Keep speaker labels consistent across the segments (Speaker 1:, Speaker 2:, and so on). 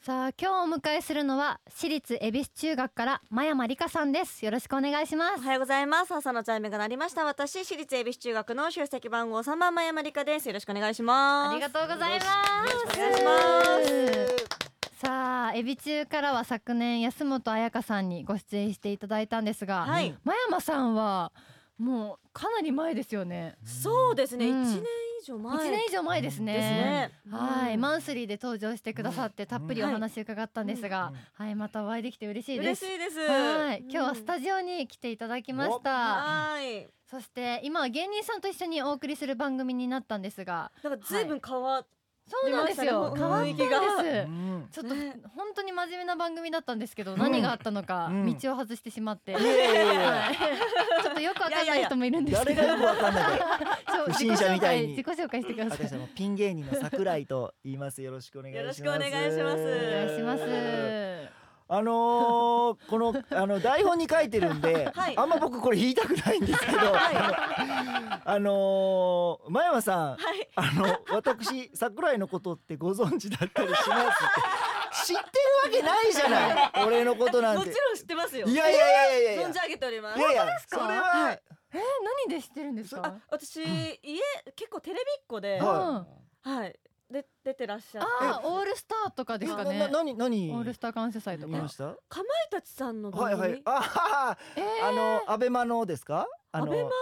Speaker 1: さあ今日お迎えするのは私立恵比寿中学から真山理香さんですよろしくお願いしま
Speaker 2: お
Speaker 1: す
Speaker 2: はようございます朝のチャイムが鳴りました私私立恵比寿中学の集積番号三番前山理香ですよろしくお願いします
Speaker 1: ありがとうございます
Speaker 2: お願いします
Speaker 1: さあ恵比中からは昨年安本彩香さんにご出演していただいたんですが、
Speaker 2: はい
Speaker 1: 真山さんはもうかなり前ですよね
Speaker 2: そうですね一、
Speaker 1: うん
Speaker 2: 年以上
Speaker 1: 一
Speaker 2: 前
Speaker 1: 年以上前ですね
Speaker 2: ですね
Speaker 1: はい、
Speaker 2: うん
Speaker 1: マンスリーで登場してくださってたっぷりお話伺ったんですが、はい、またお会いできて嬉しいで
Speaker 2: 嬉
Speaker 1: す
Speaker 2: しいです
Speaker 1: はい、今日はス
Speaker 2: ジ
Speaker 1: タジオに来ていただきました、
Speaker 2: はい
Speaker 1: そして今は芸人さんと一緒にお送りする番組になったんですが
Speaker 2: なんかずいぶん変わっ、
Speaker 1: そうなんですよ
Speaker 2: 出
Speaker 1: 変わ
Speaker 2: ま
Speaker 1: っ
Speaker 2: した
Speaker 1: ん
Speaker 2: たね
Speaker 1: で
Speaker 3: う
Speaker 1: す
Speaker 3: ん
Speaker 1: ちょっと
Speaker 2: ね
Speaker 1: 本当に真面目な番組だったんですけど、
Speaker 3: うん
Speaker 1: 何があったのか
Speaker 3: うん
Speaker 1: 道を外してしまって、
Speaker 3: いやいやい
Speaker 1: は
Speaker 3: や
Speaker 1: いちょっとよくわかん
Speaker 2: いや
Speaker 1: ない
Speaker 2: や
Speaker 1: い
Speaker 2: いや
Speaker 1: 人もいるんですけ
Speaker 3: 誰
Speaker 1: ど
Speaker 3: がよくわかんないけど
Speaker 1: ちょ自
Speaker 3: 不
Speaker 1: 己
Speaker 3: 審者
Speaker 1: 紹
Speaker 3: みたい
Speaker 1: 介
Speaker 3: に
Speaker 1: 自己紹介してください
Speaker 3: 私はもうピン芸人の桜井と言いますよろしくお願いします
Speaker 2: よろしくお願いします
Speaker 1: お願いします
Speaker 3: あのー、このあの台本に書いてるんで、
Speaker 2: はい
Speaker 3: あんま僕これ言いたくないんですけど、あのー、前山さん、
Speaker 2: はい
Speaker 3: あの私桜井のことってご存知だったりしますって知ってるわけないじゃない俺のことなん
Speaker 2: も
Speaker 3: て
Speaker 2: ちろん知ってますよ
Speaker 3: いやいやいやいやいや
Speaker 2: 存じ上げております
Speaker 3: いやいや
Speaker 1: すか
Speaker 3: それは、
Speaker 2: はい
Speaker 1: えー何で知ってるんです
Speaker 2: あ
Speaker 1: か
Speaker 2: 私家結構テレビっ子で
Speaker 1: あ
Speaker 2: は
Speaker 3: はい
Speaker 2: で出てらっしゃっ
Speaker 1: あ
Speaker 2: て
Speaker 1: あオールスターとか
Speaker 3: い
Speaker 1: ですか
Speaker 3: な
Speaker 1: ね
Speaker 3: な何何
Speaker 1: オールスター感謝祭と
Speaker 3: 見ま
Speaker 1: か
Speaker 3: した
Speaker 2: かまいたちさんの
Speaker 3: は
Speaker 2: 番
Speaker 3: い
Speaker 2: 組、
Speaker 3: はい。あはは
Speaker 1: え
Speaker 3: あのアベマのですか？あの
Speaker 2: アベマだ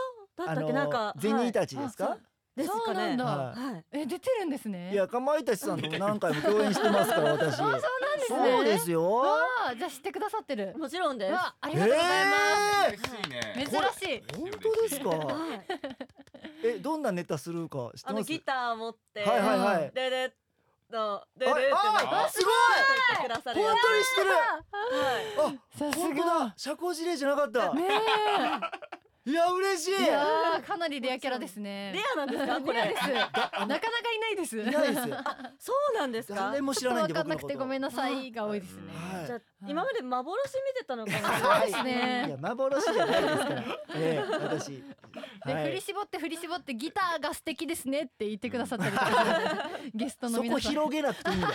Speaker 3: あ
Speaker 2: ったっけなんか
Speaker 3: のゼニー
Speaker 2: はい
Speaker 3: たちです
Speaker 1: あそ
Speaker 3: か
Speaker 1: う？
Speaker 2: です
Speaker 1: そう
Speaker 2: かね
Speaker 1: なんだ、
Speaker 3: は
Speaker 2: はい
Speaker 1: え出てるんですね
Speaker 3: いやかまいたちさんとも何回も共演してますから私。そう
Speaker 1: なんですね
Speaker 3: ですよ。
Speaker 1: わあじゃあ知ってくださってる
Speaker 2: もちろんです。
Speaker 1: わああ
Speaker 3: あ
Speaker 1: りがとうございます、
Speaker 4: 嬉
Speaker 1: 珍
Speaker 4: しいね。
Speaker 1: しい
Speaker 3: 本当ですか？
Speaker 2: はい
Speaker 3: えどんなネタするか知って
Speaker 2: あ
Speaker 3: ま
Speaker 2: の
Speaker 3: す？
Speaker 2: ギター持って、
Speaker 3: はいはいはい。
Speaker 2: ででとででっ
Speaker 3: あ
Speaker 2: てね
Speaker 3: あすごい。
Speaker 2: 叩いてくださる
Speaker 3: 本
Speaker 2: やつ。
Speaker 3: 当に
Speaker 1: さ
Speaker 3: してる。
Speaker 1: す
Speaker 3: あ本当
Speaker 1: が
Speaker 3: だ。社交辞令じゃなかった。
Speaker 1: ね
Speaker 3: いや嬉しい
Speaker 1: え。いやーかなりレアキャラですね
Speaker 2: レアなんですかこ
Speaker 1: レア
Speaker 2: れ
Speaker 1: で。すなかなかいないです
Speaker 3: いな いですよ。
Speaker 2: そうなんですか
Speaker 3: 誰。も知らないんで
Speaker 1: ちょっ
Speaker 3: 僕
Speaker 1: とわかんなく
Speaker 3: のこ
Speaker 1: て
Speaker 3: と。
Speaker 1: ごめんなさいが多いですね
Speaker 3: はい
Speaker 2: じゃあ今まで幻見てたのかな。
Speaker 3: はい
Speaker 1: そうですね
Speaker 3: いや幻じゃないですから。ええ私。
Speaker 1: で、
Speaker 3: はい
Speaker 1: 振り絞って振り絞ってギターが素敵ですねって言ってくださったりとか ゲストの
Speaker 3: そ
Speaker 1: 皆
Speaker 3: こ
Speaker 1: さんい
Speaker 3: 広げなくていいんだよ。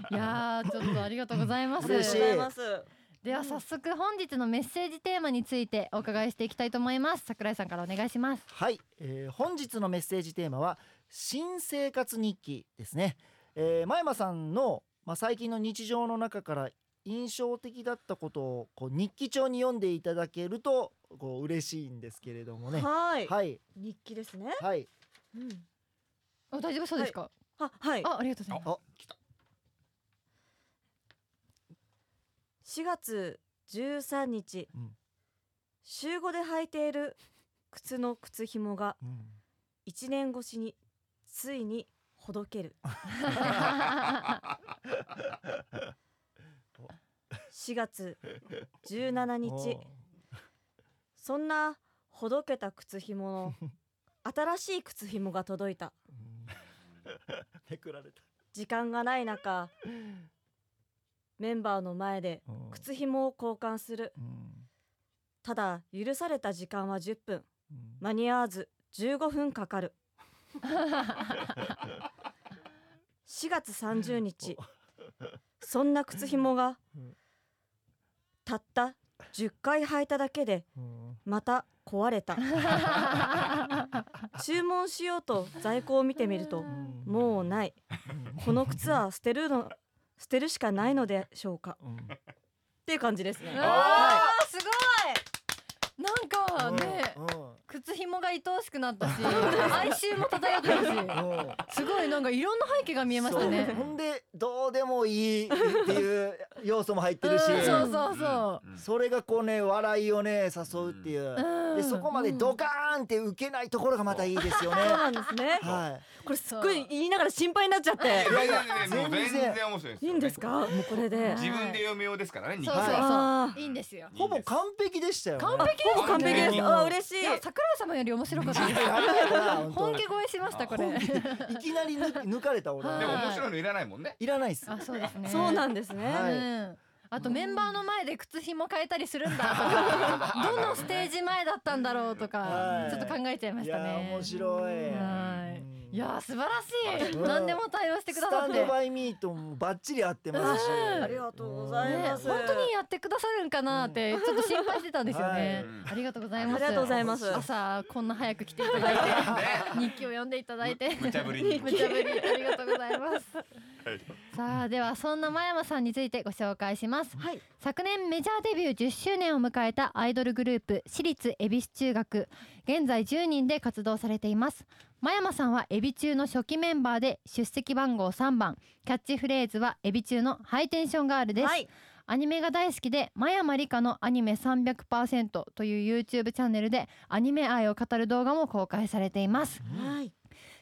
Speaker 1: やーちょっとありがとうございます
Speaker 3: 嬉しい
Speaker 2: ありがとうございます。
Speaker 1: では早速本日のメッセージテーマについてお伺いしていきたいと思います桜井さんからお願いします
Speaker 3: はい、えー本日のメッセージテーマは新生活日記ですね。えー、前間さんのまあ最近の日常の中から印象的だったことをこう日記帳に読んでいただけるとこう嬉しいんですけれどもね。は
Speaker 2: はい
Speaker 3: い、。はい、
Speaker 2: 日記ですね。
Speaker 3: はい、
Speaker 2: うん
Speaker 1: あ大丈夫そうですか、
Speaker 2: あはい。
Speaker 1: あありがとうございます
Speaker 3: あ、
Speaker 2: 4月13日
Speaker 3: うん、
Speaker 2: 週5で履いている靴の靴紐が
Speaker 3: うん、
Speaker 2: 一年越しについにほどける4月17日そんなほどけた靴紐 の新しい靴紐が届いた
Speaker 3: うん めくられた。
Speaker 2: 時間がない中メンバーの前で
Speaker 3: うん
Speaker 2: 靴紐を交換する
Speaker 3: うん
Speaker 2: ただ許された時間は10分
Speaker 3: うん
Speaker 2: 間に合わず15分かかる4月30日そんな靴紐が
Speaker 3: うん
Speaker 2: たった10回履いただけで
Speaker 3: うん
Speaker 2: また壊れた注文しようと在庫を見てみると
Speaker 3: うん
Speaker 2: もうないこの靴は捨てるの 捨てるしかないのでしょうかっ
Speaker 3: うん
Speaker 2: ていう感じですね
Speaker 1: あーすごいなんかね
Speaker 3: うんうん
Speaker 1: 靴紐が愛おしくなった し哀愁も漂ってるし
Speaker 3: うん
Speaker 1: すごいなんかいろんな背景が見えました
Speaker 3: そう
Speaker 1: ね
Speaker 3: ほんでどうでもいいっていう要素も入ってるし、
Speaker 1: うんそう
Speaker 3: そ
Speaker 1: そうそう
Speaker 3: れがこうね笑いをね誘うっていう、
Speaker 1: うん
Speaker 3: でそこまでドカーンって受けないところがまたいいですよね。
Speaker 2: そうなんです ね
Speaker 3: は
Speaker 2: これすっごい言いながら心配になっちゃっ
Speaker 4: い
Speaker 2: て
Speaker 4: やいやいやいやもう
Speaker 3: 全
Speaker 4: 全
Speaker 3: 然
Speaker 4: 然面白いです
Speaker 2: い
Speaker 4: よ
Speaker 2: いんですかもうこれで
Speaker 4: 自分で読みようですからね日記
Speaker 1: そう
Speaker 3: はい
Speaker 4: は
Speaker 2: あ
Speaker 1: そういいんですよ
Speaker 3: い、ほぼ完璧でしたよ、ね。
Speaker 1: 完璧です
Speaker 2: ほぼ完璧ですあ嬉しい
Speaker 1: いや桜井様より面白かったです
Speaker 3: いやありがとうな本当
Speaker 1: 本気超えしましたこれ
Speaker 3: いきなり抜抜かれた俺。
Speaker 4: でも
Speaker 1: はい
Speaker 4: 面白いのいらないもんね
Speaker 3: いらないっす。
Speaker 1: あそうですね
Speaker 2: そうなんんですね、
Speaker 3: はい
Speaker 1: うんあとメンバーの前で靴紐変えたりするんだとか どのステージ前だったんだろうとか
Speaker 3: はい
Speaker 1: ちょっと考えちゃいま
Speaker 3: い
Speaker 1: した
Speaker 3: や
Speaker 1: ね
Speaker 3: 面白い。
Speaker 1: はい
Speaker 3: うん
Speaker 1: いやー素晴らしい
Speaker 3: うん
Speaker 1: 何でも対応してくださっ
Speaker 3: スタン
Speaker 1: て
Speaker 3: ドバイミーともバッチリ合ってますし、
Speaker 1: うん
Speaker 2: ありがとうござい
Speaker 1: ね
Speaker 2: ま
Speaker 1: 本
Speaker 2: す
Speaker 1: 当にやってくださるんかなってちょっと心配してたんですよね
Speaker 4: はい
Speaker 1: ありがとうございます
Speaker 2: ありがとうございます
Speaker 1: 朝こんな早く来ていただいて日記を読んでいただいて
Speaker 4: む無茶ぶりに
Speaker 1: 無茶ぶりありがとうございますさあではそんな真山さんについてご紹介します
Speaker 2: はい
Speaker 1: 昨年メジャーデビュー10周年を迎えたアイドルグループ私立恵比寿中学現在10人で活動されています真山さんは恵比中の初期メンバーで出席番号3番キャッチフレーズは恵比中のハイテンションガールです、
Speaker 2: はい
Speaker 1: アニメが大好きで真山理香のアニメ300%という YouTube チャンネルでアニメ愛を語る動画も公開されています
Speaker 2: はい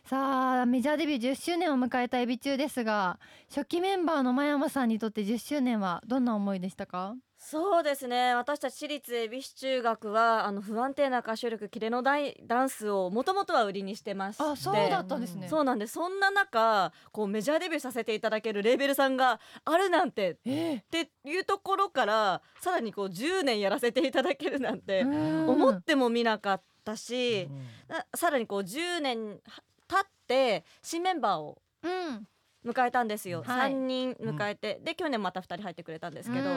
Speaker 1: さあメジャーデビュー10周年を迎えたエビ中ですが初期メンバーの真山さんにとって10周年はどんな思いでしたか
Speaker 2: そうですね私たち私立恵比寿中学はあの不安定な歌唱力キレのないダンスをもともとは売りにしてまして
Speaker 1: あそうだったんですね
Speaker 2: そうなんでそんな中こうメジャーデビューさせていただけるレーベルさんがあるなんて
Speaker 1: え
Speaker 2: っていうところからさらにこう10年やらせていただけるなんて思
Speaker 1: 思
Speaker 2: ってもみなかったし、
Speaker 3: うん
Speaker 2: なさらにこう10年は経って新メンバーを
Speaker 1: うん
Speaker 2: 迎えたんですよ、
Speaker 1: はい
Speaker 2: 3人迎えて、で去年また2人入ってくれたんで
Speaker 1: です
Speaker 2: けど、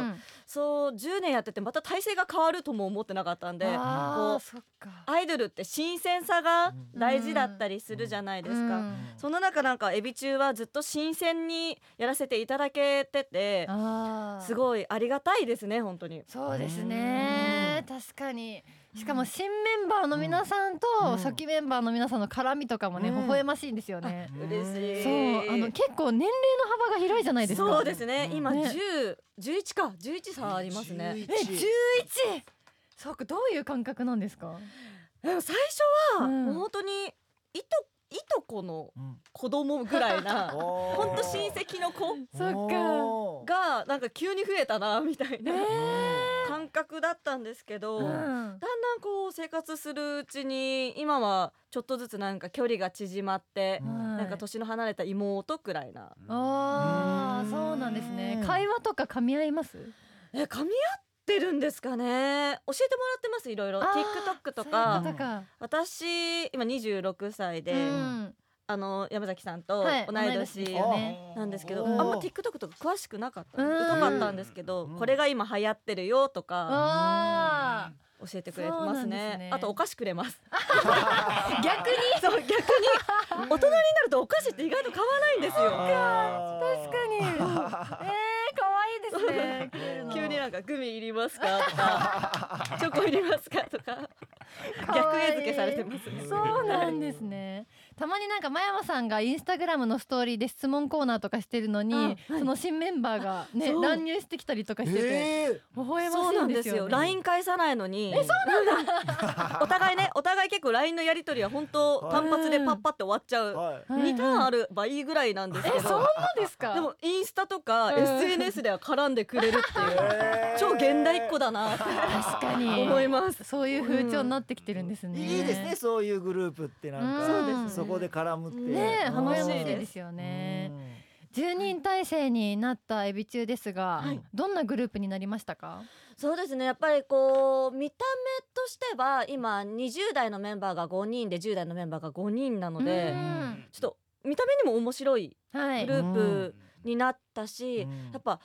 Speaker 2: そう10年やっててまた体制が変わるとも思ってなかったんで
Speaker 1: あ
Speaker 2: こ
Speaker 1: ー
Speaker 2: う
Speaker 1: そっか
Speaker 2: アイドルって新鮮さが大事だったりするじゃないですか。
Speaker 1: うん
Speaker 2: その中なんかエビ中はずっと新鮮にやらせていただけてて
Speaker 1: あー
Speaker 2: すごいありがたいですね本当に
Speaker 1: そうですね確かにしかも新メンバーの皆さんと
Speaker 3: うん
Speaker 1: 初期メンバーの皆さんの絡みとかもね
Speaker 3: う
Speaker 1: 微
Speaker 3: ん
Speaker 1: 笑ましいんですよね
Speaker 3: うん
Speaker 2: 嬉しい
Speaker 1: そうあの結構年齢の幅が広いじゃないですか
Speaker 2: そうですね、
Speaker 3: うん
Speaker 2: 今
Speaker 1: ね
Speaker 2: 10、11か11差ありますね
Speaker 3: 11
Speaker 1: え十一。そうかどういう感覚なんですか。
Speaker 2: でも最初は、
Speaker 1: うん
Speaker 2: もう本当にいといとこの
Speaker 3: うん
Speaker 2: 子供ぐら いな
Speaker 3: 本
Speaker 2: 本当親戚の子
Speaker 1: そっか
Speaker 2: がなんか急に増えたなみたいな
Speaker 1: ね
Speaker 2: 感覚だったんですけど、
Speaker 1: う
Speaker 2: だん
Speaker 1: ん。
Speaker 2: だんこう生活するうちに今はちょっとずつなんか距離が縮まって、なんか年の離れた妹くらいな
Speaker 1: あ
Speaker 3: う
Speaker 1: あ
Speaker 3: ん
Speaker 1: そうなんですね。会話とか噛み合います。
Speaker 2: え噛み合ってるんですかね教えてもらってますいろいろ
Speaker 1: あー
Speaker 2: TikTok と
Speaker 1: そういう
Speaker 2: か
Speaker 1: ことか。
Speaker 2: 私今26歳で、
Speaker 1: うん。
Speaker 2: あの山崎さんと
Speaker 1: はい
Speaker 2: 同い
Speaker 1: 同い年
Speaker 2: 年
Speaker 1: ですよね
Speaker 2: なんですけど、
Speaker 1: うん
Speaker 2: あんま TikTok とか詳しくなかった
Speaker 1: うん
Speaker 2: 疎かったんですけど、
Speaker 3: うん
Speaker 2: これが今流行ってるよとか
Speaker 1: あ
Speaker 2: 教えてくれます
Speaker 1: そうなんです
Speaker 2: ね
Speaker 1: ね
Speaker 2: あとお菓子くれます
Speaker 1: あ 逆に
Speaker 2: そう逆に大人になるとお菓子って意外と買わないんですよ
Speaker 1: 確か に。ええ可愛いですね。くれるの
Speaker 2: 急になんかグミいりますかとかチョコいりますかとか逆絵付けされてますね
Speaker 1: そうなんですね。たまになんか真山さんがインスタグラムのストーリーで質問コーナーとかしてるのに、
Speaker 2: あはい
Speaker 1: その新メンバーがね
Speaker 2: そう
Speaker 1: 乱入してきたりとかしてて、
Speaker 3: えー
Speaker 1: 微笑ま
Speaker 2: そう
Speaker 1: しい
Speaker 2: なんん
Speaker 1: で
Speaker 2: です
Speaker 1: よ、
Speaker 2: すよ
Speaker 1: ね。
Speaker 2: LINE 返さないのに お互いねお互い結構 LINE のやり取りは本当
Speaker 3: はい
Speaker 2: 単発でパッパって終わっちゃう
Speaker 3: はい
Speaker 1: はい
Speaker 2: 2ターンあればいいぐらいなんですけ
Speaker 1: えそん
Speaker 2: ど
Speaker 1: なですか。
Speaker 2: でもインスタとか
Speaker 1: うん
Speaker 2: SNS では絡んでくれるって いう
Speaker 3: えー
Speaker 2: 超現代っ子だなって
Speaker 1: 確かに
Speaker 2: 思います
Speaker 1: そういう風潮になってきてるんですね。
Speaker 3: いいですねそういうグループってなんか
Speaker 1: うん
Speaker 2: そうです
Speaker 3: そこで絡むって
Speaker 1: ねえ、
Speaker 2: うん
Speaker 1: 微笑
Speaker 2: 楽し
Speaker 1: ましい
Speaker 2: い
Speaker 1: で
Speaker 2: です
Speaker 1: よね。10人体制になったエビ中ですが、
Speaker 3: はい
Speaker 1: どんなグループになりましたか？
Speaker 2: そうですねやっぱりこう見た目としては今20代のメンバーが5人で10代のメンバーが5人なの
Speaker 1: う
Speaker 2: で
Speaker 1: ん
Speaker 2: ちょっと見た目にも面白い
Speaker 1: は
Speaker 2: グ
Speaker 1: い
Speaker 2: ル。ープになったし、
Speaker 3: うん
Speaker 2: やっぱ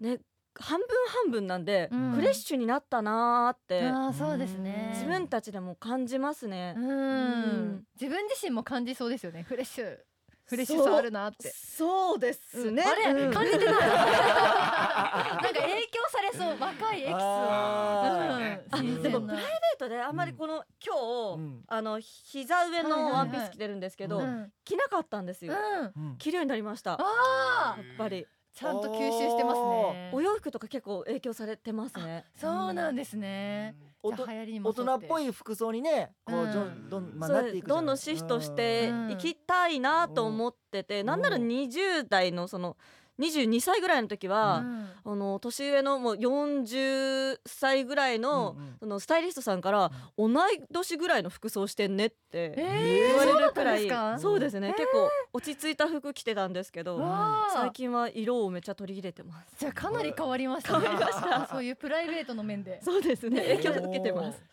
Speaker 2: ね半分半分なんで、
Speaker 1: うん
Speaker 2: フレッシュになったなーって
Speaker 1: ああそうですね。
Speaker 2: 自分たちでも感じますね
Speaker 1: う。ん
Speaker 2: ん、
Speaker 1: 自分自身も感じそうですよねフレッシュフレッシュさあるなって
Speaker 2: そうですね。
Speaker 1: あれ、
Speaker 2: うん
Speaker 1: 感じてない なんか影響されそう若いエキス
Speaker 3: あ
Speaker 1: うん、
Speaker 4: ー
Speaker 1: 新
Speaker 2: でも
Speaker 1: 鮮
Speaker 2: プ
Speaker 1: な
Speaker 2: ライベートであんまりこの今日、
Speaker 3: うん
Speaker 2: あの膝
Speaker 1: はい
Speaker 2: 上
Speaker 1: はいは
Speaker 2: の
Speaker 1: い
Speaker 2: ワンピース着てるんですけど、
Speaker 1: う、
Speaker 3: うんん
Speaker 2: 着なかったんですよ。
Speaker 1: うん
Speaker 3: うん
Speaker 2: 着るようになりました。や
Speaker 1: あー
Speaker 2: っぱり
Speaker 1: ちゃんと吸収してますね
Speaker 2: お洋服とか結構影響されてますね。
Speaker 1: そうなんですね
Speaker 3: お
Speaker 1: じゃ
Speaker 3: と
Speaker 1: あ流行りにも
Speaker 3: 大人っぽ
Speaker 1: い
Speaker 3: い服装にねこ
Speaker 1: う
Speaker 3: うんどんどんまあ
Speaker 2: そ
Speaker 3: な
Speaker 2: う
Speaker 3: っ
Speaker 2: で
Speaker 3: てい
Speaker 2: す
Speaker 3: くじゃ
Speaker 2: ど
Speaker 3: ない
Speaker 2: んどんシフトしていきたいなと思ってて、
Speaker 3: うん
Speaker 2: なんなら20代のその22歳ぐらいの時
Speaker 1: う
Speaker 2: は、
Speaker 1: ん、
Speaker 2: あの年上のもう40歳ぐらいの,、
Speaker 3: うんうん
Speaker 2: そのスタイリストさんから「同い年ぐらいの服装してんね」って
Speaker 1: え
Speaker 2: 言
Speaker 1: ー、
Speaker 2: わ
Speaker 1: そう
Speaker 2: れ
Speaker 1: だ
Speaker 2: る
Speaker 1: った
Speaker 2: く
Speaker 1: んで
Speaker 2: ら
Speaker 1: す
Speaker 2: い
Speaker 1: か
Speaker 2: そうですね、
Speaker 1: えー
Speaker 2: 結構落ち着いた服着てたんですけど
Speaker 1: わー
Speaker 2: 最近は色をめっちゃ取り入れてます。
Speaker 1: じゃあかなり変わりました、ね、変わりましたそういうプライベートの面で
Speaker 2: そうですね影響を受けてます。